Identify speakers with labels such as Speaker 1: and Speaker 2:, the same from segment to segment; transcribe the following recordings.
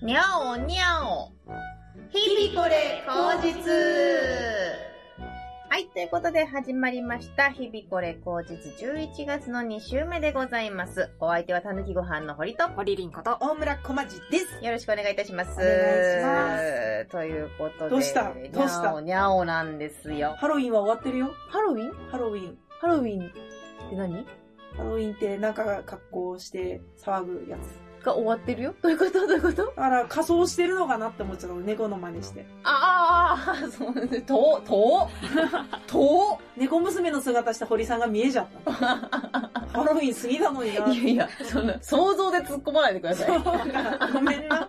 Speaker 1: にゃおにゃお。
Speaker 2: 日々これ口実
Speaker 1: はい、ということで始まりました。日々これ口実11月の2週目でございます。お相手はたぬきご飯の堀と。
Speaker 3: 堀凛こと。
Speaker 2: 大村小町です。
Speaker 1: よろしくお願いいたします。
Speaker 2: お願
Speaker 1: いします。ということで。
Speaker 2: どうした
Speaker 1: に
Speaker 2: どうした
Speaker 1: ゃおにゃおなんですよ。
Speaker 2: ハロウィンは終わってるよ。
Speaker 1: ハロウィン
Speaker 2: ハロウィン。
Speaker 1: ハロウィンって何
Speaker 2: ハロウィンってなんか格好して騒ぐやつ。
Speaker 1: が終わってるよどういうことどういうこと
Speaker 2: だから仮装してるのかなって思っちゃうの。猫の真似して。
Speaker 1: ああああ、そうね。と、と、 と、
Speaker 2: 猫娘の姿した堀さんが見えち ゃった。ハロウィン過ぎたのにな。
Speaker 1: いやいや、そんな、想像で突っ込まないでくださ
Speaker 2: そ
Speaker 1: い。
Speaker 2: うかごめん な。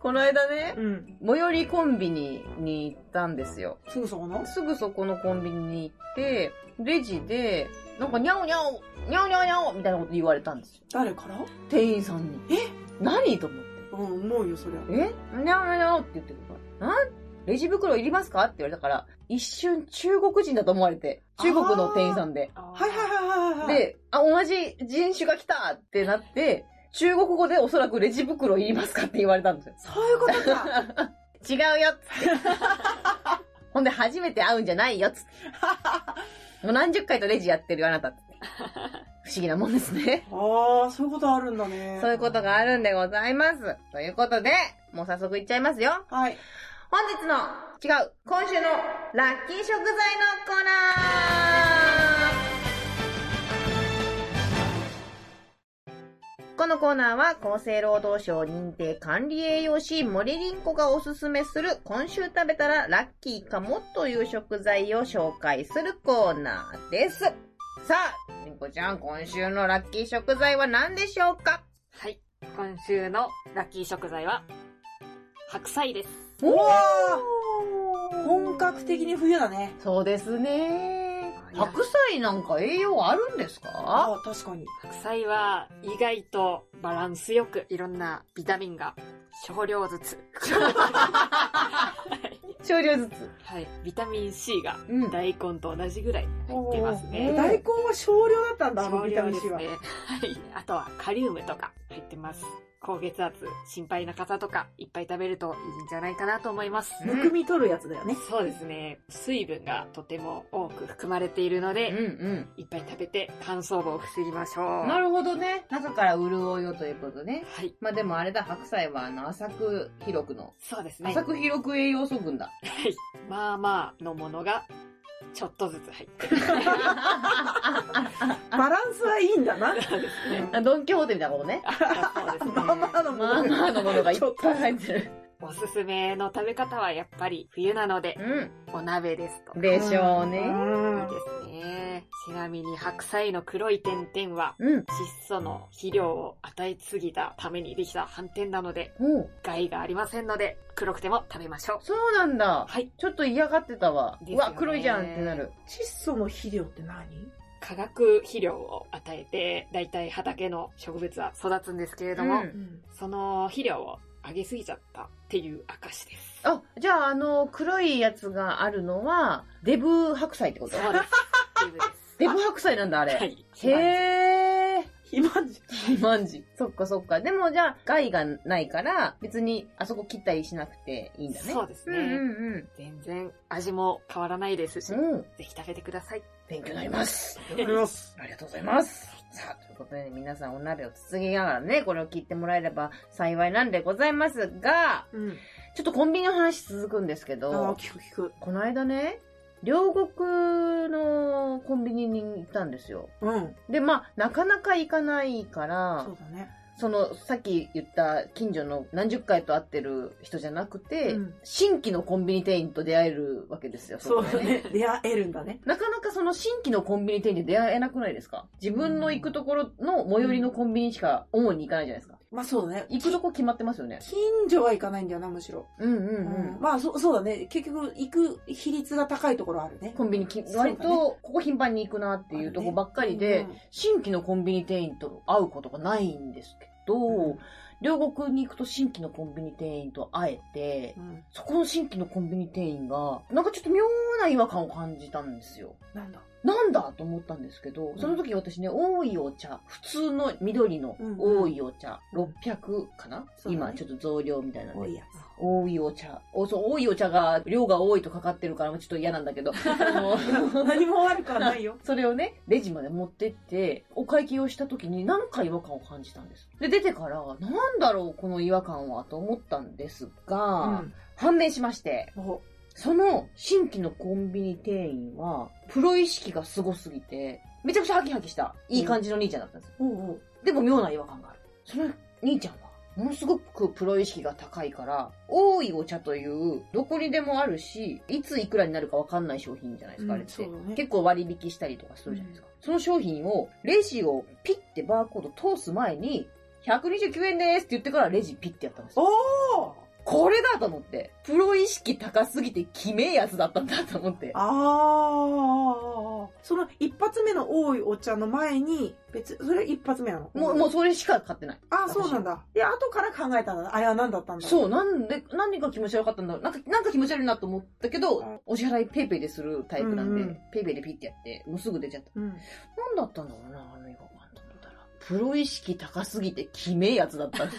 Speaker 1: この間ね、
Speaker 2: うん。
Speaker 1: 最寄りコンビニに行ったんですよ。
Speaker 2: すぐそこの
Speaker 1: すぐそこのコンビニに行って、レジで、なんかにゃおにゃお、にゃおにゃおにゃおみたいなこと言われたんですよ。
Speaker 2: 誰から
Speaker 1: 店員さんに。
Speaker 2: え
Speaker 1: 何と思って。
Speaker 2: うん、思うよ、そりゃ。
Speaker 1: えにゃおにゃおって言ってるから。んレジ袋いりますかって言われたから、一瞬中国人だと思われて、中国の店員さんで。
Speaker 2: はいはいはいはいはい。、
Speaker 1: で、あ、同じ人種が来たってなって、中国語でおそらくレジ袋いりますかって言われたんですよ。
Speaker 2: そういうことか。
Speaker 1: 違うよっ つって。ほんで、初めて会うんじゃないよっつって。もう何十回とレジやってるよ、あなたっつって。不思議なもんですね。
Speaker 2: ああ、そういうことあるんだね。
Speaker 1: そういうことがあるんでございます。ということで、もう早速いっちゃいますよ。
Speaker 2: はい。
Speaker 1: 本日の、違う、今週のラッキー食材のコーナーこのコーナーは厚生労働省認定管理栄養士森凛子がおすすめする今週食べたらラッキーかもという食材を紹介するコーナーです。さあ、凛子ちゃん、今週のラッキー食材は何でしょうか
Speaker 3: はい。今週のラッキー食材は、白菜です。
Speaker 2: うわー本格的に冬だね。
Speaker 1: そうですね。
Speaker 3: あ
Speaker 1: 白菜なんか栄養あるんですか
Speaker 2: ああ、確かに。
Speaker 3: 白菜は意外とバランスよくいろんなビタミンが少量ず つ。
Speaker 1: 少量ずつ。
Speaker 3: はい。ビタミン C が
Speaker 1: うん。
Speaker 3: 大根と同じぐらい入ってます
Speaker 1: おー
Speaker 3: ね。
Speaker 2: 大根は少量だったんだ、あの
Speaker 3: 少
Speaker 2: ビタ
Speaker 3: 量
Speaker 2: ミン
Speaker 3: です
Speaker 2: C は。
Speaker 3: ね。はい。あとはカリウムとか入ってます。高血圧、心配な方とか、いっぱい食べるといいんじゃないかなと思います。
Speaker 1: うん
Speaker 2: むくみ取るやつだよね。
Speaker 3: そうですね。水分がとても多く含まれているの
Speaker 1: うん
Speaker 3: で、
Speaker 1: うん。
Speaker 3: いっぱい食べて乾燥部を防ぎましょう。
Speaker 1: なるほどね。中から潤いをということね。
Speaker 3: はい。
Speaker 1: まあでもあれだ、白菜はあの、浅く広くの。
Speaker 3: そうですね。
Speaker 1: 浅く広く栄養素群だ。
Speaker 3: はい。まあまあのものが、ちょっとずつ入ってる。
Speaker 2: バランスはいいんだな。
Speaker 1: あ ドンキホーテみたいなことね。
Speaker 3: そうですね。
Speaker 2: まあまあのも
Speaker 1: まあ
Speaker 2: の。
Speaker 1: まあのものがいっぱい入ってる。
Speaker 3: おすすめの食べ方はやっぱり冬なので、お鍋ですと
Speaker 1: うん。
Speaker 3: か。
Speaker 1: でしょう
Speaker 2: う
Speaker 1: ね。
Speaker 3: いいで
Speaker 2: ん
Speaker 3: すね。ちなみに白菜の黒い点々は、
Speaker 1: うん。
Speaker 3: 窒素の肥料を与えすぎたためにできた斑点なので、
Speaker 1: おう
Speaker 3: 害がありませんので、黒くても食べましょう。
Speaker 1: そうなんだ。
Speaker 3: はい。
Speaker 1: ちょっと嫌がってたわ。
Speaker 3: です
Speaker 1: う
Speaker 3: よね
Speaker 1: わ、黒いじゃんってなる。
Speaker 2: 窒素の肥料って何
Speaker 3: 化学肥料を与えて、だいたい畑の植物は育つんですけれども、
Speaker 1: うん
Speaker 3: その肥料をあげすぎちゃったっていう証です。
Speaker 1: あ、じゃああの、黒いやつがあるのは、デブ白菜ってこと
Speaker 3: そうです。デブで
Speaker 1: デブ白菜なんだ、あれ。
Speaker 3: す。 はい。
Speaker 1: へー。
Speaker 2: 肥満児。
Speaker 1: 肥満児。そっかそっか。でもじゃあ、害がないから、別にあそこ切ったりしなくていいんだね。
Speaker 3: そうです
Speaker 1: うん
Speaker 3: ね、
Speaker 1: うんうん。
Speaker 3: 全然味も変わらないですし、
Speaker 1: うん。
Speaker 3: ぜひ食べてください。
Speaker 1: 勉強になります。
Speaker 2: ります。
Speaker 1: ありがとうございます。さあ、ということで、ね、皆さんお鍋をつつぎながらね、これを聞いてもらえれば幸いなんでございますが、
Speaker 2: うん。
Speaker 1: ちょっとコンビニの話続くんですけ
Speaker 2: ああ、
Speaker 1: ど、
Speaker 2: 聞く聞く。
Speaker 1: この間ね、両国のコンビニに行ったんですよ。
Speaker 2: うん。
Speaker 1: で、まあ、なかなか行かないから
Speaker 2: そ、うだね。
Speaker 1: その、さっき言った近所の何十回と会ってる人じゃなくて、
Speaker 2: うん
Speaker 1: 新規のコンビニ店員と出会えるわけですよ。
Speaker 2: そう
Speaker 1: こ
Speaker 2: だ
Speaker 1: で
Speaker 2: ね。出会えるんだね。
Speaker 1: なかなかその新規のコンビニ店員で出会えなくないですか自分の行くところの最寄りのコンビニしか主に行かないじゃないですか。
Speaker 2: まあそうだね。
Speaker 1: 行くとこ決まってますよね。
Speaker 2: 近所は行かないんだよな、むしろ。
Speaker 1: うんうん
Speaker 2: う
Speaker 1: うん。
Speaker 2: ん。まあそそうだね。結局、行く比率が高いところあるね。
Speaker 1: コンビニき、
Speaker 2: そうだ
Speaker 1: 割
Speaker 2: ね
Speaker 1: とここ頻繁に行くなっていうとこばっかりで、
Speaker 2: うん
Speaker 1: 新規のコンビニ店員と会うことがないんですけど、両国に行くと新規のコンビニ店員と会えて、
Speaker 2: うん
Speaker 1: そこの新規のコンビニ店員が、なんかちょっと妙な違和感を感じたんですよ。
Speaker 2: なんだ。
Speaker 1: なんだと思ったんですけど、その時私ね、多いお茶、普通の緑の
Speaker 2: うん
Speaker 1: 多いお茶、600かな、
Speaker 2: そうだね
Speaker 1: 今ちょっと増量みたいなん
Speaker 2: 多
Speaker 1: で。
Speaker 2: いやつ。
Speaker 1: 多いお茶。おそう多いお茶が、量が多いとかかってるから、ちょっと嫌なんだけ ど。あの
Speaker 2: 何も悪くはない よ。
Speaker 1: それをね、レジまで持ってって、お会計をした時に何か違和感を感じたんです。で、出てから、なんだろう、この違和感は、と思ったんですが、判明しまして、
Speaker 2: お
Speaker 1: その新規のコンビニ店員は、プロ意識がすごすぎて、めちゃくちゃハキハキした、いい感じの兄ちゃんだったんですよ。
Speaker 2: おうおう
Speaker 1: でも妙な違和感がある。その兄ちゃんは、ものすごくプロ意識が高いから、多いお茶という、どこにでもあるし、いついくらになるかわかんない商品じゃないですか、あれって。
Speaker 2: そうだね。
Speaker 1: 結構割引したりとかするじゃないですか。その商品を、レジをピッてバーコード通す前に、129円ですって言ってからレジピッてやったんですよ。
Speaker 2: おお
Speaker 1: これだと思って。プロ意識高すぎてきめえやつだったんだと思って。
Speaker 2: ああ。その一発目の多いお茶の前に、別、それ一発目なの
Speaker 1: もう、もうそれしか買ってない。
Speaker 2: ああ、そうなんだ。で、後から考えたんだ。あれは何だったんだう。
Speaker 1: そう、なんで、何が気持ち悪かったんだろう。なんか、なんか気持ち悪いなと思ったけど、お支払いペイペイでするタイプなんで、
Speaker 2: うんうん
Speaker 1: ペイペイでピッてやって、もうすぐ出ちゃった。
Speaker 2: うん。
Speaker 1: なんだったんだろうな、あの違和感と思ったら。プロ意識高すぎてきめえやつだったんだ。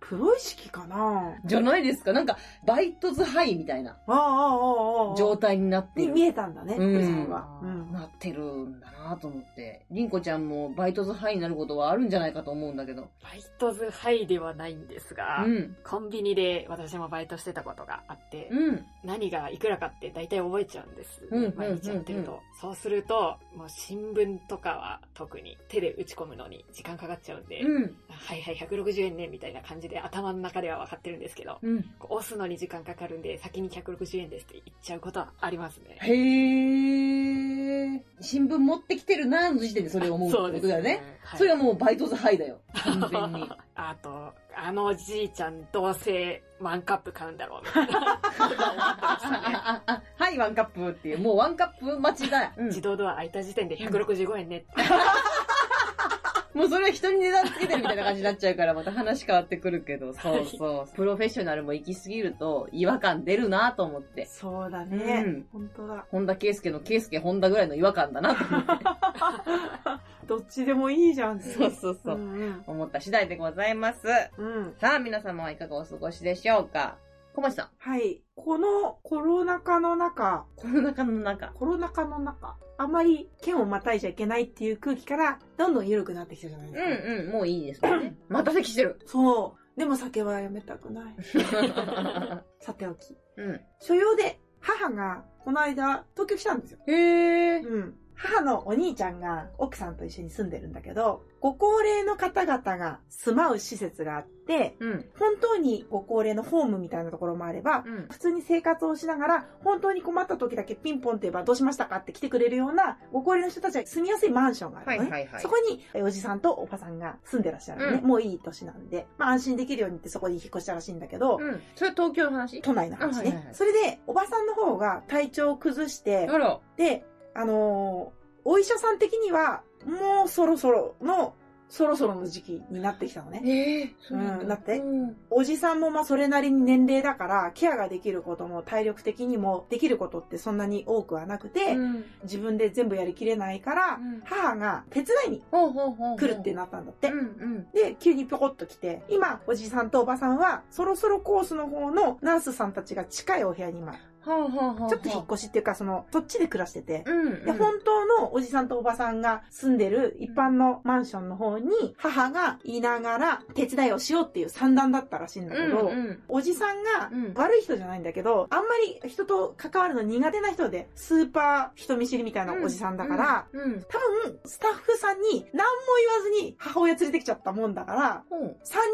Speaker 2: プロ意識かな
Speaker 1: じゃないですか。なんか、バイトズハイみたいな
Speaker 2: ああ、ああ、ああ。
Speaker 1: 状態になって
Speaker 2: に
Speaker 1: る。
Speaker 2: 見えたんだね、
Speaker 1: うん
Speaker 2: おじさんは。うん。
Speaker 1: なってるんだなと思って。りんこちゃんもバイトズハイになることはあるんじゃないかと思うんだけど。
Speaker 3: バイトズハイではないんですが、
Speaker 1: うん。
Speaker 3: コンビニで私もバイトしてたことがあって、
Speaker 1: うん。
Speaker 3: 何がいくらかって大体覚えちゃうんです。
Speaker 1: うんうんうん
Speaker 3: 毎日やってると。そうすると、もう新聞とかは特に手で打ち込むのに時間かかっちゃうんで、
Speaker 1: うん。
Speaker 3: はいはい160円ねみたいな感じで頭の中では分かってるんですけど、
Speaker 1: うん。
Speaker 3: こう押すのに時間かかるんで先に160円ですって言っちゃうことはありますね。
Speaker 1: へー。新聞持ってきてるなーの時点でそれを思うってことだよね。。
Speaker 3: はい
Speaker 1: それはもうバイトズハイだよ。完全 に。
Speaker 3: あと、あのじいちゃんどうせワンカップ買うんだろう みたいな。
Speaker 1: はい、ワンカップっていう。もうワンカップ待ちだ。うん
Speaker 3: 自動ドア開いた時点で165円ねって。
Speaker 1: もうそれは人に値段つけてるみたいな感じになっちゃうから、また話変わってくるけど、そうそう。プロフェッショナルも行き過ぎると違和感出るなと思って。
Speaker 2: そうだ
Speaker 1: う
Speaker 2: ね
Speaker 1: ん。
Speaker 2: 本当だ。
Speaker 1: 本田圭介の圭介本田ぐらいの違和感だなと思って。
Speaker 2: どっちでもいいじゃ ん。
Speaker 1: そうそうそうう。
Speaker 2: んうん。
Speaker 1: 思った次第でございます。
Speaker 2: うん。
Speaker 1: さあ、皆様はいかがお過ごしでしょうか小町さん、
Speaker 2: はい。このコロナ禍の中、
Speaker 1: この中の中。
Speaker 2: コロナ禍の中、あまり剣をまたいじゃいけないっていう空気から、どんどん緩くなってきたじゃないうですか。
Speaker 1: んうん、もういいですもんね。 また席してる。
Speaker 2: そう。でも酒はやめたくない。さておき。
Speaker 1: うん。
Speaker 2: 所用で、母が、この間、東京来たんですよ。
Speaker 1: へー。
Speaker 2: うん。母のお兄ちゃんが奥さんと一緒に住んでるんだけど、ご高齢の方々が住まう施設があって、
Speaker 1: うん。
Speaker 2: 本当にご高齢のホームみたいなところもあれば、
Speaker 1: うん。
Speaker 2: 普通に生活をしながら、本当に困った時だけピンポンって言えばどうしましたかって来てくれるような、ご高齢の人たちが住みやすいマンションがあるの
Speaker 1: は
Speaker 2: ね。
Speaker 1: いはいはい
Speaker 2: そ。こに、えおじさんとおばさんが住んでらっしゃるのね。
Speaker 1: うん
Speaker 2: もういい年なんで、まあ安心できるようにってそこに引っ越したらしいんだけど、
Speaker 1: うん。それは東京の話
Speaker 2: 都内の話ね、
Speaker 1: あはいはいはい
Speaker 2: それで、おばさんの方が体調を崩して、
Speaker 1: あら。
Speaker 2: で、あのーお医者さん的には、もうそろそろの、そろそろの時期になってきたのね。
Speaker 1: ええ
Speaker 2: そうなんだうんだって
Speaker 1: うん。
Speaker 2: おじさんもまあそれなりに年齢だから、ケアができることも体力的にもできることってそんなに多くはなくて、
Speaker 1: うん
Speaker 2: 自分で全部やりきれないから、
Speaker 1: うん
Speaker 2: 母が手伝いに
Speaker 1: ほうほうほう。
Speaker 2: 来るってなったんだって
Speaker 1: うん。うん。
Speaker 2: で、急にぴょこっと来て、今、おじさんとおばさんは、そろそろコースの方のナースさんたちが近いお部屋に今、
Speaker 1: ほうほうほう。
Speaker 2: ちょっと引っ越しっていうか、その、そっちで暮らしてて、
Speaker 1: うんうん。
Speaker 2: で、本当のおじさんとおばさんが住んでる一般のマンションの方に、母がいながら手伝いをしようっていう算段だったらしいんだけど、
Speaker 1: うんうん
Speaker 2: おじさんが
Speaker 1: うん
Speaker 2: 悪い人じゃないんだけど、あんまり人と関わるの苦手な人で、スーパー人見知りみたいなおじさんだから、
Speaker 1: うん。うん
Speaker 2: 多分、スタッフさんに何も言わずに母親連れてきちゃったもんだから、
Speaker 1: ほう。
Speaker 2: 3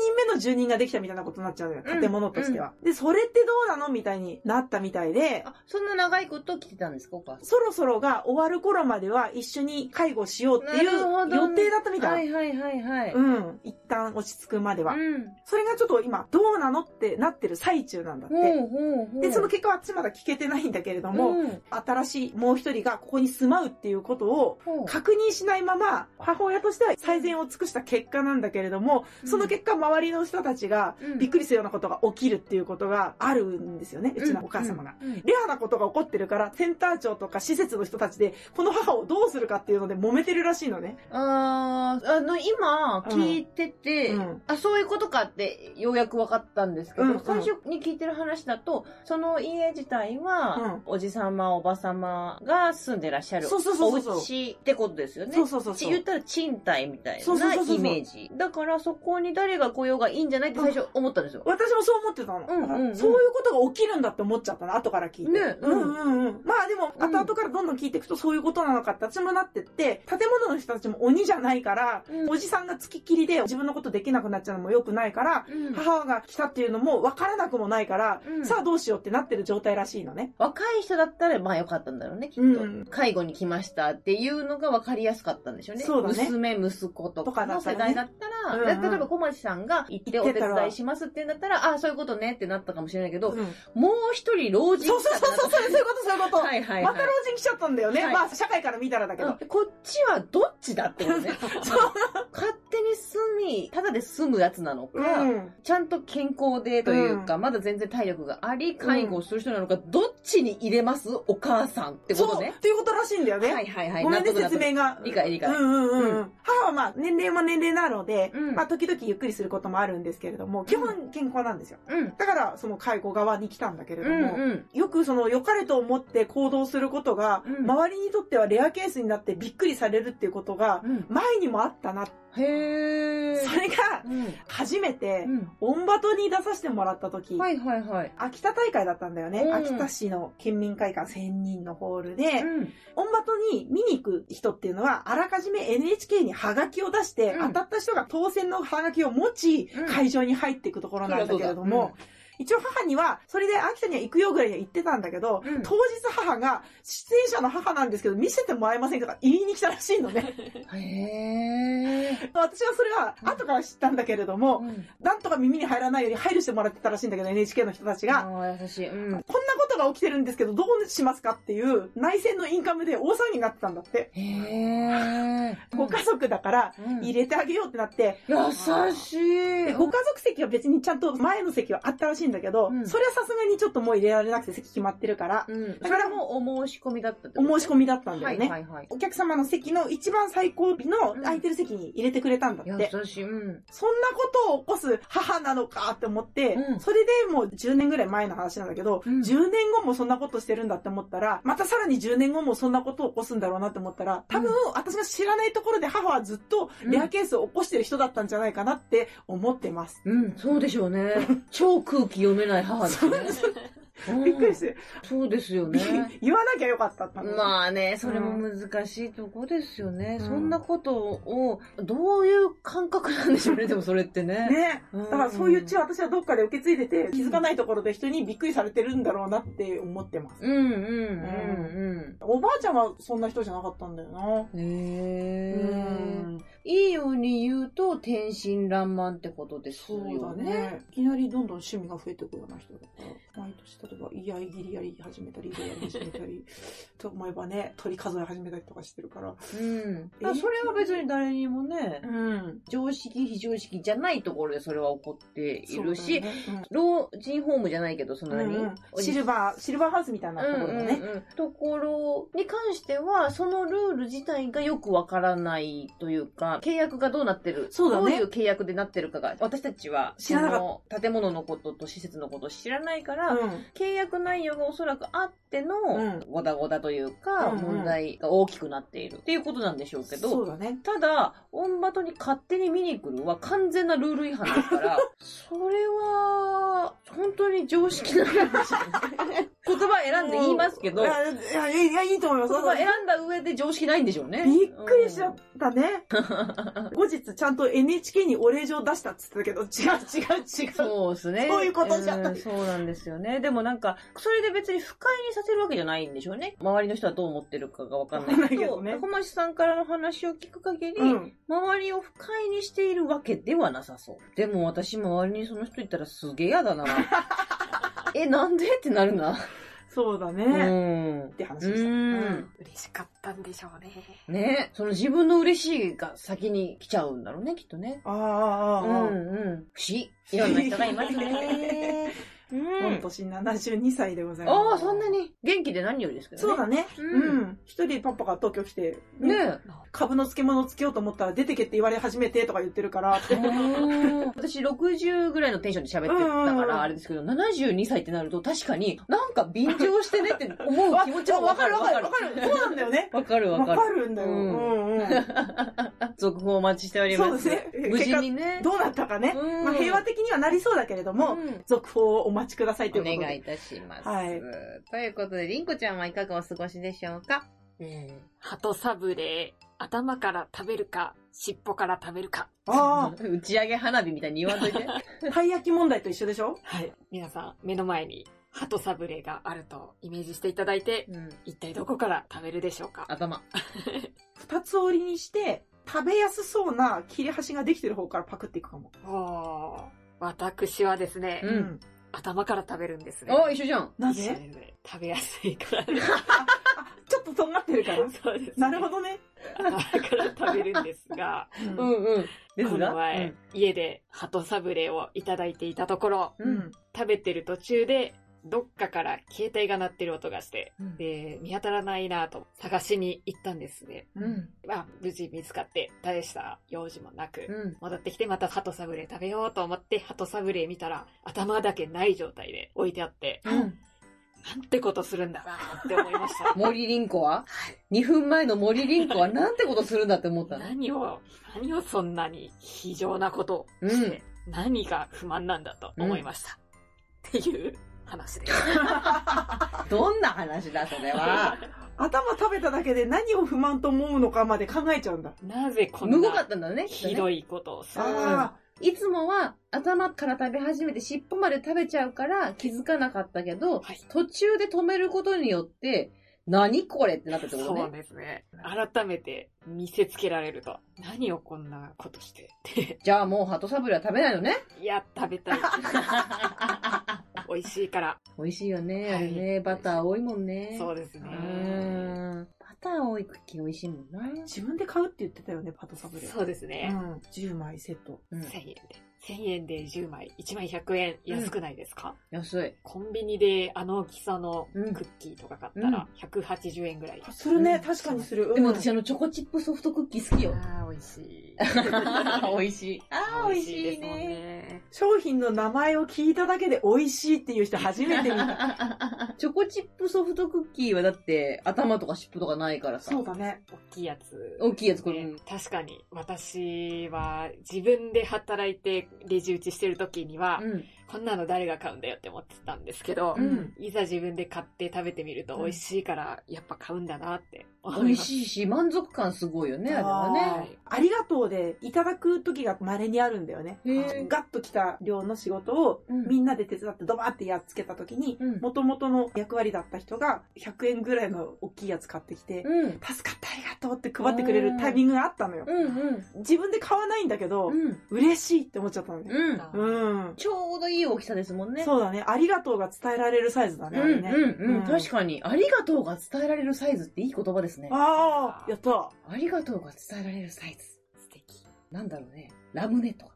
Speaker 2: 人目の住人ができたみたいなことになっちゃうのよ、
Speaker 1: うん
Speaker 2: 建物としては。で、それってどうなのみたいになったみたいで、
Speaker 1: あ、そんな長いこと来てたんですか、お母さ
Speaker 2: そろそろが終わる頃までは一緒に介護しようっていう
Speaker 1: なるほど
Speaker 2: 予定だったみ
Speaker 1: ん。は
Speaker 2: たい。
Speaker 1: いはいはいはい。
Speaker 2: うん。一旦落ち着くまでは。
Speaker 1: うん。
Speaker 2: それがちょっと今、どうなのってなってる最中なんだっ
Speaker 1: ほ
Speaker 2: て。
Speaker 1: うほうほう。
Speaker 2: で、その結果は私まだ聞けてないんだけれども、
Speaker 1: うん
Speaker 2: 新しいもう一人がここに住まうっていうことを
Speaker 1: ほう
Speaker 2: 確認しないまま、母親としては最善を尽くした結果なんだけれども、その結果周りの人たちが
Speaker 1: うん
Speaker 2: びっくりするようなことが起きるっていうことがあるんですよね、うちのお母様が。
Speaker 1: うんうん
Speaker 2: レアなことが起こってるから、センター長とか施設の人たちで、この母をどうするかっていうので揉めてるらしいのね。
Speaker 1: あーあの、今、聞いてて、
Speaker 2: うん
Speaker 1: あ、そういうことかって、ようやく分かったんですけど、
Speaker 2: うんうん
Speaker 1: 最初に聞いてる話だと、その家自体は、おじさま、おばさまが住んでらっしゃる。
Speaker 2: そうそうそうそう
Speaker 1: お家ってことですよね。
Speaker 2: そうそうそう
Speaker 1: ち
Speaker 2: そ
Speaker 1: 言っ
Speaker 2: う。
Speaker 1: たら賃貸みたい
Speaker 2: そうそう
Speaker 1: な
Speaker 2: そうそう
Speaker 1: イメージ。だからそこに誰が来ようがいいんじゃないって最初思ったんですよ。
Speaker 2: 私もそう思ってたの。
Speaker 1: うんうんうん
Speaker 2: だからそういうことが起きるんだって思っちゃったの、後から聞いて。
Speaker 1: ね
Speaker 2: うんうんうん。まあでも、
Speaker 1: うん
Speaker 2: 後々からどんどん聞いていくとそういうことなのかって私もなってって、建物の人たちも鬼じゃないから、
Speaker 1: うん
Speaker 2: おじさんが付きっきりで自分のことできなくなっちゃうのも良くないから、
Speaker 1: うん
Speaker 2: 母が来たっていうのも分からなくもないから、
Speaker 1: うん
Speaker 2: さあどうしようってなってる状態らしいのね。
Speaker 1: 若い人だったら、まあよかったんだろうね、きっと。
Speaker 2: うん
Speaker 1: 介護に来ましたっていうのが分かりやすかったんでしょうね。
Speaker 2: そうだね
Speaker 1: 娘、息子と
Speaker 2: とか
Speaker 1: か
Speaker 2: だ
Speaker 1: の
Speaker 2: った
Speaker 1: 世
Speaker 2: ら
Speaker 1: 代
Speaker 2: ね
Speaker 1: だったら、
Speaker 2: うんうん
Speaker 1: だ例えば小町さんが行って
Speaker 2: 行
Speaker 1: お
Speaker 2: って
Speaker 1: 手
Speaker 2: たら
Speaker 1: 伝いしますってなったら、ああ、そういうことねってなったかもしれないけど、
Speaker 2: うん
Speaker 1: もう一人老人
Speaker 2: そうそうそうそう、そういうこと、そういうこと。
Speaker 1: はいはいは
Speaker 2: ま
Speaker 1: い
Speaker 2: た。老人来ちゃったんだよね。
Speaker 1: はい
Speaker 2: まあ、社会から見たらだけど。
Speaker 1: うんこっちはどっちだってこと ね。勝手に住み、ただで住むやつなの
Speaker 2: う
Speaker 1: か、
Speaker 2: ん。
Speaker 1: ちゃんと健康でというか、まだ全然体力があり、介護をする人なのか、どっちに入れますお母さんってこ
Speaker 2: そ
Speaker 1: と
Speaker 2: う、
Speaker 1: ね。
Speaker 2: っていうことらしいんだよね。
Speaker 1: はいはいはい。
Speaker 2: ごめんね、
Speaker 1: 納得納得
Speaker 2: 説明が。
Speaker 1: 理解理
Speaker 2: うん
Speaker 1: 解。
Speaker 2: うんうんう。
Speaker 1: うん
Speaker 2: 母はまあ、年齢は年齢なので、
Speaker 1: うん
Speaker 2: まあ、時々ゆっくりすることもあるんですけれども、基本健康なんですよ。
Speaker 1: うん。
Speaker 2: だから、その介護側に来たんだけれど
Speaker 1: う
Speaker 2: も、
Speaker 1: んうん。
Speaker 2: よくその良かれと思って行動することが、
Speaker 1: うん
Speaker 2: 周りにとってはレアケースになってびっくりされるっていうことが、
Speaker 1: うん
Speaker 2: 前にもあったな。
Speaker 1: へえ。
Speaker 2: それが、
Speaker 1: うん。
Speaker 2: 初めて、
Speaker 1: う
Speaker 2: オンバトに出させてもらった時、
Speaker 1: ん。はいはいはい。
Speaker 2: 秋田大会だったんだよね。
Speaker 1: うん
Speaker 2: 秋田市の県民会館1000人のホールで、
Speaker 1: うん。
Speaker 2: オンバトに見に行く人っていうのは、あらかじめ NHK にハガキを出して、
Speaker 1: うん
Speaker 2: 当たった人が当選のハガキを持ち、
Speaker 1: うん
Speaker 2: 会場に入っていくところなんだけれども、一応母には、それで秋田には行くよぐらいには言ってたんだけど、
Speaker 1: うん
Speaker 2: 当日母が、出演者の母なんですけど、見せてもらえませんかとか言いに来たらしいのね。
Speaker 1: へえ。
Speaker 2: 私はそれは後から知ったんだけれども、
Speaker 1: うん
Speaker 2: なんとか耳に入らないように配慮してもらってたらしいんだけど、NHK の人たちが。
Speaker 1: ああ、優しい。うん。
Speaker 2: こんなことが起きてるんですけど、どうしますかっていう内戦のインカムで大騒ぎになってたんだって。
Speaker 1: へえ。
Speaker 2: ご家族だから
Speaker 1: うん
Speaker 2: 入れてあげようってなって、
Speaker 1: 優し
Speaker 2: で
Speaker 1: い。
Speaker 2: ご家族席は別にちゃんと前の席はあったらしいんだけど、
Speaker 1: うん
Speaker 2: それはさすがにちょっともう入れられなくて席決まってるから、
Speaker 1: うん。それはもうお申し込みだったってこと
Speaker 2: お申し込みだったんだ
Speaker 1: は
Speaker 2: よ
Speaker 1: い
Speaker 2: ね。
Speaker 1: はいはい。
Speaker 2: お客様の席の一番最後尾の空いてる席に入れてくれたんだって。
Speaker 1: 優しい。うん。
Speaker 2: そんなことを起こす母なのかって思って、
Speaker 1: うん
Speaker 2: それでもう10年ぐらい前の話なんだけど、
Speaker 1: うん
Speaker 2: 10年後もそんなことしてるんだって思ったら、またさらに10年後もそんなことを起こすんだろうなって思ったら、多分私が知らないところで母はずっとレアケースを起こしてる人だったんじゃないかなって思ってます。
Speaker 1: うん、そうでしょうね。 超空気読めない母ですね。うん
Speaker 2: びっくりして、
Speaker 1: そうですよ ね。
Speaker 2: 言わなきゃよかったって
Speaker 1: まあね、それも難しいとこですよね。
Speaker 2: うん
Speaker 1: そんなことを、どういう感覚なんでしょう ね、でもそれってね。
Speaker 2: ね。
Speaker 1: うん
Speaker 2: だからそういう血は私はどっかで受け継いでて、気づかないところで人にびっくりされてるんだろうなって思ってます。
Speaker 1: うんうんうん
Speaker 2: おばあちゃんはそんな人じゃなかったんだよな。
Speaker 1: うん。へえ
Speaker 2: うん。
Speaker 1: いいように言うと、天真爛漫ってことです
Speaker 2: そ
Speaker 1: よね。
Speaker 2: うだね。いきなりどんどん趣味が増えていくような人だから、毎年例えば、居合切りやり始めたり、色やり始めた り、と思えばね、鳥数え始めたりとかしてるから。
Speaker 1: うん。だからそれは別に誰にもね、
Speaker 2: ん。
Speaker 1: 常識、非常識じゃないところでそれは起こっているし、
Speaker 2: そうだね
Speaker 1: 老人ホームじゃないけど、そ
Speaker 2: うん
Speaker 1: なに、
Speaker 2: うんうんシルバー、シルバーハウスみたいなところだね。
Speaker 1: うんうんうんところに関しては、そのルール自体がよくわからないというか、契約がどうなってる、
Speaker 2: そうだね
Speaker 1: どういう契約でなってるかが、私たちは、
Speaker 2: 知らなかった
Speaker 1: その建物のことと施設のことを知らないから、契約内容がおそらくあっての
Speaker 2: うん、
Speaker 1: ごだごだというか、
Speaker 2: うんうん
Speaker 1: 問題が大きくなっているっていうことなんでしょうけど、
Speaker 2: そうだね。
Speaker 1: ただ、オンバトに勝手に見に来るは完全なルール違反ですから、それは、本当に常識なんですよね。言葉選んで言いますけど、
Speaker 2: い
Speaker 1: 言
Speaker 2: や、いやいや、いいと思います。
Speaker 1: 葉選んだ上で常識ないんでしょうね。
Speaker 2: びっくりしちゃ
Speaker 1: う
Speaker 2: っ
Speaker 1: ん
Speaker 2: たね。後日ちゃんと NHK にお礼状出したっつってたけど、違う違う違う。
Speaker 1: そうですね。
Speaker 2: そういうことじゃない
Speaker 1: うんそうなんですよね。でもなんか、それで別に不快にさせるわけじゃないんでしょうね。周りの人はどう思ってるかがわかんないけ
Speaker 2: わ
Speaker 1: ど、
Speaker 2: かんないけどね
Speaker 1: 小町さんからの話を聞く限り、
Speaker 2: うん。
Speaker 1: 周りを不快にしているわけではなさそう。でも私周りにその人いたらすげえ嫌だ な。え、なんでってなるな。
Speaker 2: そうだね。
Speaker 1: うん。
Speaker 2: って話
Speaker 1: う
Speaker 2: でした。
Speaker 1: ん。
Speaker 3: 嬉しかったんでしょうね。
Speaker 1: ねその自分の嬉しいが先に来ちゃうんだろうね、きっとね。
Speaker 2: ああ
Speaker 1: う
Speaker 2: ああ、あ あ
Speaker 1: んうん。不思議。いろんな人がいますね。うん。
Speaker 2: 御年72歳でございます。
Speaker 1: ああ、そんなに。元気で何よりですけどね。
Speaker 2: そうだね。
Speaker 1: うん
Speaker 2: うん。一人パパが東京来て、
Speaker 1: ね
Speaker 2: 株の漬物つけようと思ったら出てけって言われ始めてとか言って るから、
Speaker 1: え。私60ぐらいのテンションで喋ってた
Speaker 2: うん
Speaker 1: か
Speaker 2: うんうん
Speaker 1: らあれですけど、72歳ってなると確かになんか便乗してねって思う気持ちも
Speaker 2: わかるわかる
Speaker 1: わ
Speaker 2: わ
Speaker 1: か
Speaker 2: か
Speaker 1: る
Speaker 2: る。そうなんだよね。
Speaker 1: わかる
Speaker 2: わ
Speaker 1: わ
Speaker 2: か
Speaker 1: かる。
Speaker 2: るんだよ。
Speaker 1: う
Speaker 2: うんんうん。
Speaker 1: 続報お待ちしております。
Speaker 2: そうですね。
Speaker 1: 無事
Speaker 2: 結
Speaker 1: にね
Speaker 2: 果、。どうなったかね。
Speaker 1: うん
Speaker 2: まあ平和的にはなりそうだけれども、
Speaker 1: うん
Speaker 2: 続報をお待ちくださいとい
Speaker 1: お
Speaker 2: うことで。
Speaker 1: 願いいたします。
Speaker 2: はい
Speaker 1: ということで、りんこちゃんはいかがお過ごしでしょうか
Speaker 3: えー、鳩サブレー、頭から食べるか、尻尾から食べるか。
Speaker 2: あ
Speaker 1: 打ち上げ花火みたいに言わん といて。
Speaker 2: あ、たい焼き問題と一緒でしょ
Speaker 3: はい。皆さん、目の前に鳩サブレーがあるとイメージしていただいて、
Speaker 1: うん、
Speaker 3: 一体どこから食べるでしょうか
Speaker 1: 頭。
Speaker 2: 二つ折りにして、食べやすそうな切れ端ができてる方からパクっていくかも。
Speaker 3: おー私はですね、
Speaker 1: うん。
Speaker 3: 頭から食べるんですね。
Speaker 1: お一緒じゃん。
Speaker 2: な
Speaker 3: 一緒
Speaker 2: ぜ
Speaker 3: ですね食べやすいから ね。
Speaker 2: あ、ちょっととんがってるから。
Speaker 3: そうです、
Speaker 2: なるほ。どね。
Speaker 3: 頭から食べるんですが、
Speaker 2: うん
Speaker 1: うんうん。で
Speaker 3: こ
Speaker 1: す
Speaker 3: の
Speaker 1: が、
Speaker 3: 前、家で鳩サブレーをいただいていたところ、
Speaker 1: うん。
Speaker 3: 食べてる途中で、どっかから携帯が鳴ってる音がして、
Speaker 1: うん
Speaker 3: で、見当たらないなと探しに行ったんですね。
Speaker 1: うん。うん。
Speaker 3: まあ、無事見つかって、大した用事もなく、
Speaker 1: うん。
Speaker 3: 戻ってきてまた鳩サブレー食べようと思って、鳩サブレー見たら、頭だけない状態で置いてあって、
Speaker 1: うん
Speaker 3: なんてことするんだなって思いました。
Speaker 1: 森凛子は ?2 分前の森凛子はなんてことするんだって思ったの
Speaker 3: 何を、何をそんなに非常なことをして、何が不満なんだと思いました。っていう話です。
Speaker 1: どんな話だ、それ は。
Speaker 2: 頭食べただけで何を不満と思うのかまで考えちゃうんだ。
Speaker 3: なぜこ
Speaker 1: む
Speaker 3: ん
Speaker 1: ごかっ
Speaker 3: な
Speaker 1: たんだね、
Speaker 3: ひ
Speaker 1: い。
Speaker 3: どいことをする
Speaker 1: あ
Speaker 3: の
Speaker 1: ー
Speaker 3: か
Speaker 2: あ
Speaker 1: いつもは頭から食べ始めて尻尾まで食べちゃうから気づかなかったけど、
Speaker 3: はい
Speaker 1: 途中で止めることによって、何これってなったってこと
Speaker 3: そう
Speaker 1: ね。
Speaker 3: ですね。改めて見せつけられると、何をこんなことしてって、
Speaker 1: じゃあもう鳩サブレーは食べないの ね。
Speaker 3: いや、食べたい。美味しいから。
Speaker 1: 美味しいよね、
Speaker 3: はい
Speaker 1: あれね。バター多いもんね。
Speaker 3: そうですね
Speaker 1: う。ーん。バター多い茎美味しいもんな。
Speaker 2: あ、自分で買うって言ってたよね、パトサブレ。
Speaker 3: そうです
Speaker 2: う
Speaker 3: ね。
Speaker 2: ん。10枚セット。
Speaker 1: うん
Speaker 3: 1000円で。1000円で10枚、1枚100円、安くないですか、
Speaker 1: 安い。
Speaker 3: コンビニであの大きさのク
Speaker 1: うん
Speaker 3: ッキーとか買ったら180円ぐらい。
Speaker 2: あするね、
Speaker 1: うん
Speaker 2: 確かにする。
Speaker 1: でも
Speaker 2: うん
Speaker 1: 私あの、チョコチップソフトクッキー好きよ。
Speaker 3: ああ、美味しい。
Speaker 1: 美味しい。ああ、美味しいね。
Speaker 3: ね。
Speaker 2: 商品の名前を聞いただけで美味しいっていう人初めて見 た。
Speaker 1: チョコチップソフトクッキーはだって頭とか尻尾とかないからさ。
Speaker 2: そうだね。
Speaker 3: 大きいやつ。
Speaker 1: 大きいやつこれ
Speaker 3: ね確かに、私は自分で働いてレジ打ちしてる時には、
Speaker 1: うん。
Speaker 3: こんなの誰が買うんだよって思ってたんですけど、
Speaker 1: うん
Speaker 3: いざ自分で買って食べてみると美味しいから、やっぱ買うんだなって思
Speaker 1: 美味
Speaker 3: います。
Speaker 1: しいし、満足感すごいよね、あれは
Speaker 2: あ
Speaker 1: ね。
Speaker 2: ーありがとうでいただく時が稀にあるんだよね。
Speaker 1: へー
Speaker 2: ガッと来た量の仕事を
Speaker 1: うん
Speaker 2: みんなで手伝ってドバーってやっつけた時に、
Speaker 1: うん
Speaker 2: 元々の役割だった人が100円ぐらいの大きいやつ買ってきて、
Speaker 1: うん。
Speaker 2: 助かったありがとうって配ってくれるタイミングがあったのよ。
Speaker 1: うんうん。
Speaker 2: 自分で買わないんだけど、
Speaker 1: うん。
Speaker 2: 嬉しいって思っちゃったのね。
Speaker 1: うん。
Speaker 2: うん。
Speaker 1: ちょうどいい大きさですもんね。
Speaker 2: そうだね。ありがとうが伝えられるサイズだね。あ
Speaker 1: う
Speaker 2: れ
Speaker 1: ん
Speaker 2: ね
Speaker 1: うんうん。
Speaker 2: うん
Speaker 1: 確かに、ありがとうが伝えられるサイズっていい言葉ですね。
Speaker 2: ああ、やった。
Speaker 1: ありがとうが伝えられるサイズ。
Speaker 3: 素敵。
Speaker 1: なんだろうね。ラムネとか。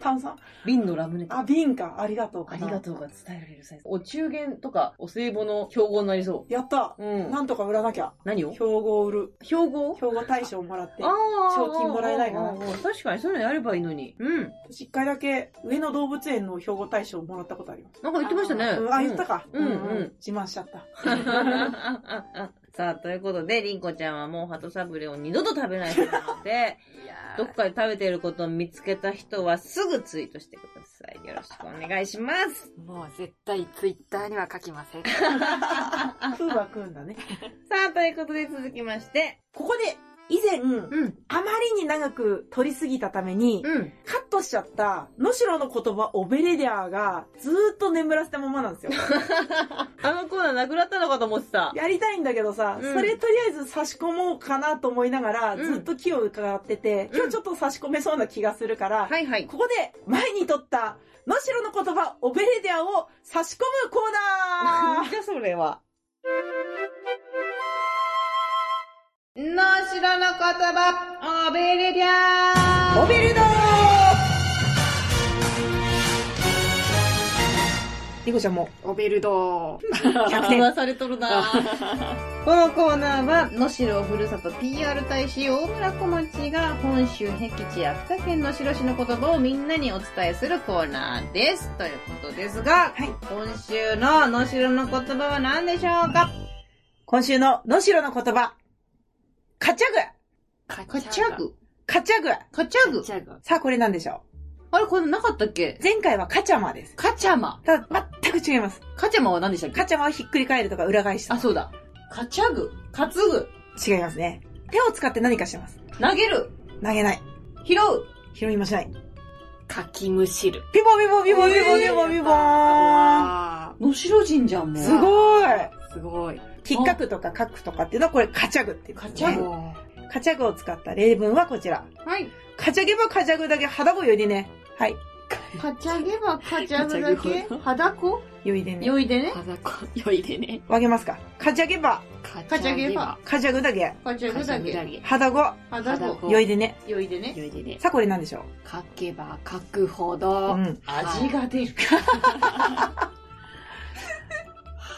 Speaker 2: 炭酸
Speaker 1: 瓶のラムネとか。
Speaker 2: あ、瓶か。ありがとうか
Speaker 1: あ
Speaker 2: な。
Speaker 1: りがとうが伝えられるサイズ。お中元とかお歳暮の標語になりそう。
Speaker 2: やった。
Speaker 1: うん。
Speaker 2: なんとか売らなきゃ。
Speaker 1: 何を
Speaker 2: 標語を売る。
Speaker 1: 標語
Speaker 2: 標語大賞をもらって
Speaker 1: あ。あ。
Speaker 2: 賞金もらえないかな
Speaker 1: あーあー確かに、そういうのやればいいのに。うん。
Speaker 2: 私一回だけ上野動物園の標語大賞をもらったことあります。
Speaker 1: なんか言ってましたね。
Speaker 2: うんあ、言ったか。
Speaker 1: うんうん
Speaker 2: 自慢しちゃった。
Speaker 1: さあ、ということで、りんこちゃんはもう鳩サブレを二度と食べないそうなの で、
Speaker 3: いや
Speaker 1: どっかで食べてることを見つけた人はすぐツイートしてください。よろしくお願いします。
Speaker 3: ーもう絶対ツイッターには書きません。
Speaker 2: 風は食うんだね。
Speaker 1: さあ、ということで続きまして、
Speaker 2: ここで、以前、
Speaker 1: うん、
Speaker 2: あまりに長く取りすぎたために、
Speaker 1: うん。
Speaker 2: カットしちゃった、のしろの言葉、オベレリアーが、ずーっと眠らせたままなん ですよ。
Speaker 1: あのコーナーなくなったのかと思ってた。
Speaker 2: やりたいんだけどさ、
Speaker 1: うん
Speaker 2: それとりあえず差し込もうかなと思いながら、
Speaker 1: うん
Speaker 2: ずっと気を伺ってて、
Speaker 1: うん
Speaker 2: 今日ちょっと差し込めそうな気がするから、
Speaker 1: はいはい。
Speaker 2: ここで、前に撮った、のしろの言葉、オベレディアを差し込むコーナー
Speaker 1: じゃそれは。のしろの言葉、オベレリ ャー
Speaker 2: オベルド
Speaker 1: リコちゃんも。
Speaker 3: オベルド
Speaker 1: 100点はされとるな このコーナーは、能代ふるさと PR 大使大村小町が本州僻地秋田県能代市の言葉をみんなにお伝えするコーナーです。ということですが、
Speaker 2: はい
Speaker 1: 今週の能代の言葉は何でしょうか
Speaker 2: 今週ののしろの言葉。カチャグ
Speaker 3: カ
Speaker 1: カチャグ。
Speaker 2: カチャグ
Speaker 1: カチャ
Speaker 3: カ
Speaker 1: グ
Speaker 3: チャグ。
Speaker 2: さあ、これなんでしょ
Speaker 1: あれこれなかったっけ
Speaker 2: う前回はカチャマです。
Speaker 1: カチャマ。
Speaker 2: ただ、全く違います。
Speaker 1: カチャマは何でしたっけ
Speaker 2: カチャマをひっくり返るとか裏返した
Speaker 1: あ、。そうだ。カチャグ。担ぐ。
Speaker 2: 違いますね。手を使って何かしてます。
Speaker 1: 投げる。
Speaker 2: 投げない。
Speaker 1: 拾う。
Speaker 2: 拾いもしない。
Speaker 3: かきむしる。
Speaker 2: ピボンピボンピボンピボンピボンピボーン。
Speaker 3: わ
Speaker 1: 能代神じゃん、もう。
Speaker 2: すごい。
Speaker 3: ーすごい。
Speaker 2: きっかくとか書くとかっていうのはこれカチャグっていう、
Speaker 1: カチャグ
Speaker 3: も
Speaker 2: カチャグを使った例文はこちら。
Speaker 1: はい。
Speaker 2: カチャゲばカチャグだけ肌子よりね。はい。
Speaker 1: カチャゲはカチャ
Speaker 3: ャ
Speaker 1: グ
Speaker 3: グ
Speaker 1: だ
Speaker 3: だ
Speaker 1: け
Speaker 3: け
Speaker 1: 裸
Speaker 2: よいでね。
Speaker 1: 酔いでね
Speaker 3: う。はだこ、よいでね。
Speaker 2: わげますか。カチャゲば
Speaker 3: カ
Speaker 1: カチャゲバ。
Speaker 2: カチャグだけ
Speaker 1: カチャ
Speaker 3: カチ
Speaker 1: グだ
Speaker 3: ャゲ
Speaker 1: け
Speaker 3: だけ。
Speaker 2: 肌子
Speaker 1: 裸
Speaker 3: 裸
Speaker 2: よいでね。
Speaker 1: 酔いでね。
Speaker 3: よいでね。
Speaker 2: さあこれなんでしょ
Speaker 3: かけばかくほ
Speaker 2: う。
Speaker 3: ど
Speaker 2: う、ん。
Speaker 1: 味が出る。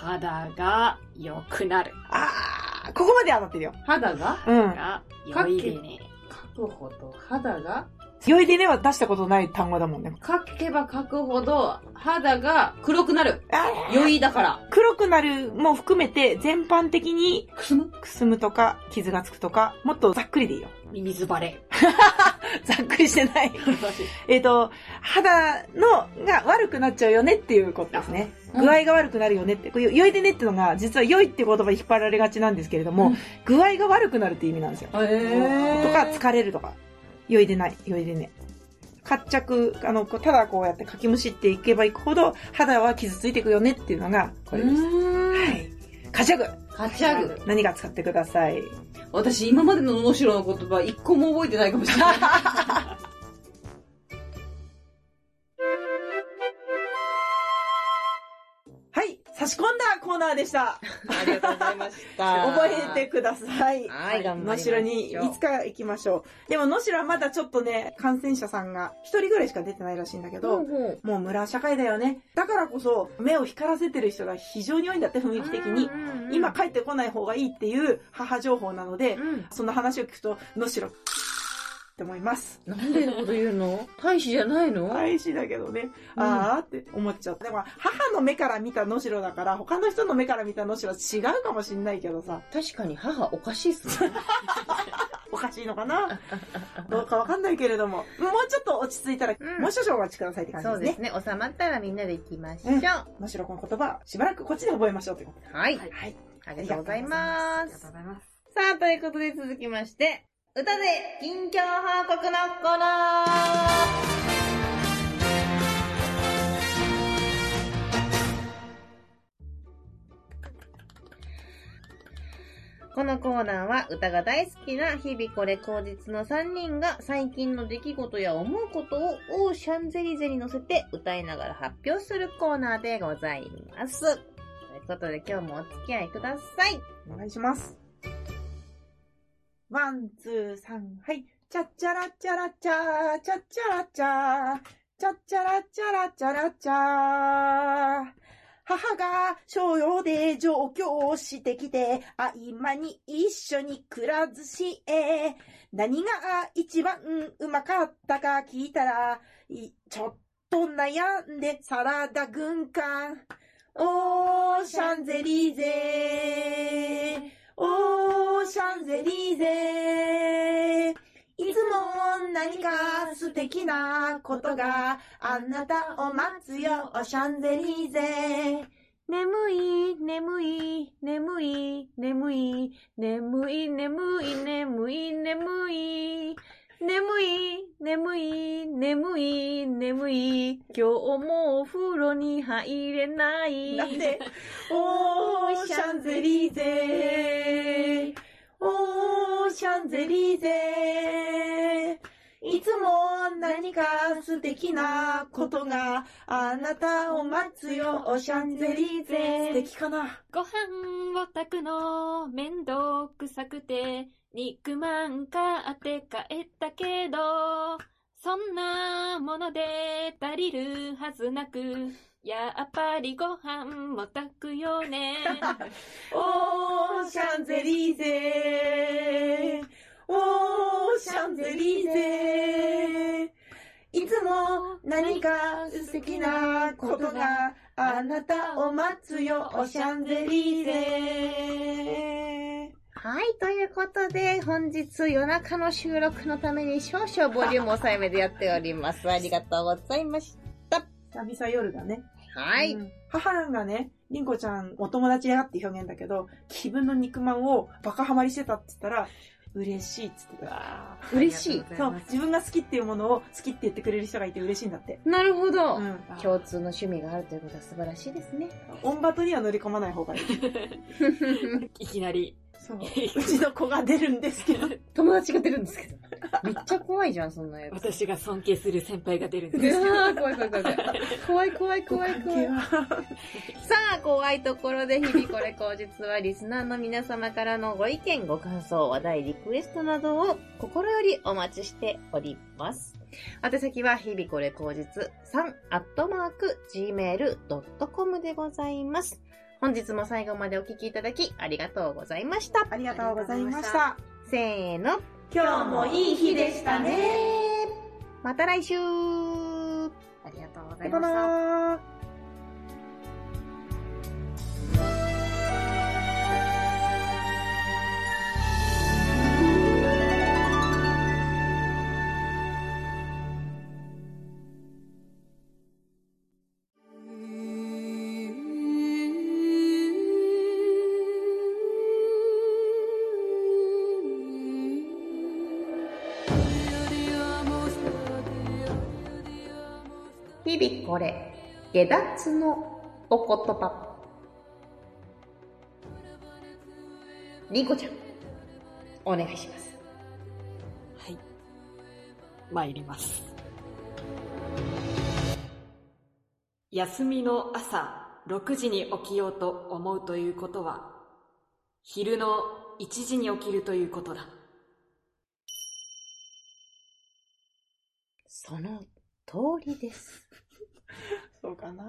Speaker 3: 肌が良くなる。
Speaker 2: あー、ここまで当たってるよ。
Speaker 1: 肌が
Speaker 2: うん。
Speaker 3: が、
Speaker 1: か
Speaker 3: よ
Speaker 1: け
Speaker 3: いでね。
Speaker 1: かくほど肌が
Speaker 2: よいでねは出したことない単語だもんね。
Speaker 1: かけばかくほど肌が黒くなる。
Speaker 2: あー
Speaker 1: 酔いだから。
Speaker 2: 黒くなるも含めて全般的に
Speaker 1: くすむ
Speaker 2: くすむとか傷がつくとかもっとざっくりでいいよ。
Speaker 3: ミミズバレ。
Speaker 2: ざっくりしてない。えっと、肌のが悪くなっちゃうよねっていうことですね。
Speaker 1: うん
Speaker 2: 具合が悪くなるよねって、こういう良いでねってのが、実は良いって言葉に引っ張られがちなんですけれど
Speaker 1: う
Speaker 2: も、
Speaker 1: ん
Speaker 2: 具合が悪くなるって意味なんですよ。
Speaker 1: え
Speaker 2: と
Speaker 1: ー
Speaker 2: か、疲れるとか、良いでない、良いでね。活着、あの、こうただこうやってかきむしっていけばいくほど、肌は傷ついていくよねっていうのが、これです。
Speaker 1: う
Speaker 2: は
Speaker 1: ーん
Speaker 2: い。かちゃぐ
Speaker 1: カチャグ。
Speaker 2: 何か使ってください。
Speaker 1: 私今までの能代の言葉一個も覚えてないかもしれない。
Speaker 2: はい、差し込んだコーナーでした。
Speaker 1: ありがとうございました
Speaker 2: 覚えてください。
Speaker 1: はい頑張りま
Speaker 2: 能
Speaker 1: しょう
Speaker 2: 代にいつか行きましょう。でも能代はまだちょっとね、感染者さんが一人ぐらいしか出てないらしいんだけど、もう村社会だよね。だからこそ、目を光らせてる人が非常に多いんだって、雰囲気的に。今帰ってこない方がいいっていう母情報なので、
Speaker 1: うん
Speaker 2: その話を聞くと、能代、って思います。
Speaker 1: なんでのこと言うの大使じゃないの
Speaker 2: 大事だけどね、
Speaker 1: うん
Speaker 2: あーって思っちゃった。でも、母の目から見た能代だから、他の人の目から見た能代は違うかもしんないけどさ、
Speaker 1: 確かに母おかしいっすね。
Speaker 2: おかしいのか などうかわかんないけれども、もうちょっと落ち着いたら、
Speaker 1: うん
Speaker 2: もう少々お待ちくださいって感 じ
Speaker 1: そう
Speaker 2: で
Speaker 1: ですす
Speaker 2: ね。
Speaker 1: ね。収まったらみんなで行きましょう。
Speaker 2: うん能代この言葉、しばらくこっちで覚えましょうってこと。
Speaker 1: はい
Speaker 3: は。い
Speaker 2: はい。
Speaker 1: ありがとうございま
Speaker 3: ありが
Speaker 1: す
Speaker 3: とう。ございます。
Speaker 1: さあ、ということで続きまして、歌で近況報告のコーナーこのコーナーは歌が大好きな日々これ口実の3人が最近の出来事や思うことをオーシャンゼリゼに乗せて歌いながら発表するコーナーでございます。ということで今日もお付き合いください。
Speaker 2: お願いします。ワン、ツー、サン、はい。チャッチャラチャラチャー、チャッチャラチャー、チャッチャラチャラチャラチャー。母が商用で上京をしてきて、合間に一緒にくら寿司へ。何が一番うまかったか聞いたら、いちょっと悩んでサラダ軍艦。オーシャンゼリーゼー。オーシャンゼリーゼー。いつも何か素敵なことがあなたを待つよ、オーシャンゼリーゼー。
Speaker 1: 眠い、眠い、眠い、眠い、眠い、眠い、眠い、眠い。眠い、眠い、眠い、眠い。今日もお風呂に入れない。
Speaker 2: なんで、オーシャンゼリーゼー。オーシャンゼリーゼー。いつも何か素敵なことがあなたを待つよ、オーシャンゼリーゼー。素敵かな
Speaker 4: ご飯を炊くのめんどくさくて、肉まん買って帰ったけど、そんなもので足りるはずなく、
Speaker 5: やっぱりご飯も炊くよね。
Speaker 2: オーシャンゼリーゼオーシャンゼリーゼいつも何か素敵なことがあなたを待つよ、オーシャンゼリーゼ
Speaker 6: はい、ということで、本日夜中の収録のために少々ボリューム抑えめでやっております。ありがとうございました。
Speaker 2: 久々夜だね。
Speaker 6: はい。
Speaker 2: うん母がね、りんこちゃん、お友達だって表現だけど、自分の肉まんをバカハマりしてたって言ったら、嬉しいって言ってた。
Speaker 3: わあ
Speaker 6: 嬉しい
Speaker 3: ありがと
Speaker 2: そうう
Speaker 3: ござい、ます
Speaker 2: 自分が好きっていうものを好きって言ってくれる人がいて嬉しいんだって。
Speaker 6: なるほど、
Speaker 2: うん。
Speaker 6: 共通の趣味があるということは素晴らしいですね。
Speaker 2: オンバトには乗り込まない方がいい。
Speaker 3: いきなり。
Speaker 2: そう。うちの子が出るんです けど。
Speaker 6: 友達が出るんですけど。めっちゃ怖いじゃん、そんなやつ。
Speaker 3: 私が尊敬する先輩が出るん
Speaker 6: うわ
Speaker 3: です。
Speaker 6: ー 怖い怖い怖い怖い。怖い怖い怖い怖い。
Speaker 2: は。
Speaker 6: さあ、怖いところで日々これ口実はリスナーの皆様からのご意見、ご感想、話題、リクエストなどを心よりお待ちしております。宛先は日々これ口実3アットマーク gmail.com でございます。本日も最後までお聞きいただきありがとうございました。
Speaker 2: ありがとうございました。
Speaker 6: せーの。
Speaker 2: 今日もいい日でしたね。
Speaker 6: また来週
Speaker 3: ありがとうござ
Speaker 2: バ
Speaker 3: い
Speaker 2: イバ
Speaker 3: ました。
Speaker 2: ーイ。
Speaker 6: 日々これ、下脱のお言葉。りんこちゃん、お願いします。
Speaker 3: はい。参ります。休みの朝6時に起きようと思うということは、昼の1時に起きるということだ。
Speaker 6: その通りです。
Speaker 2: そうかな。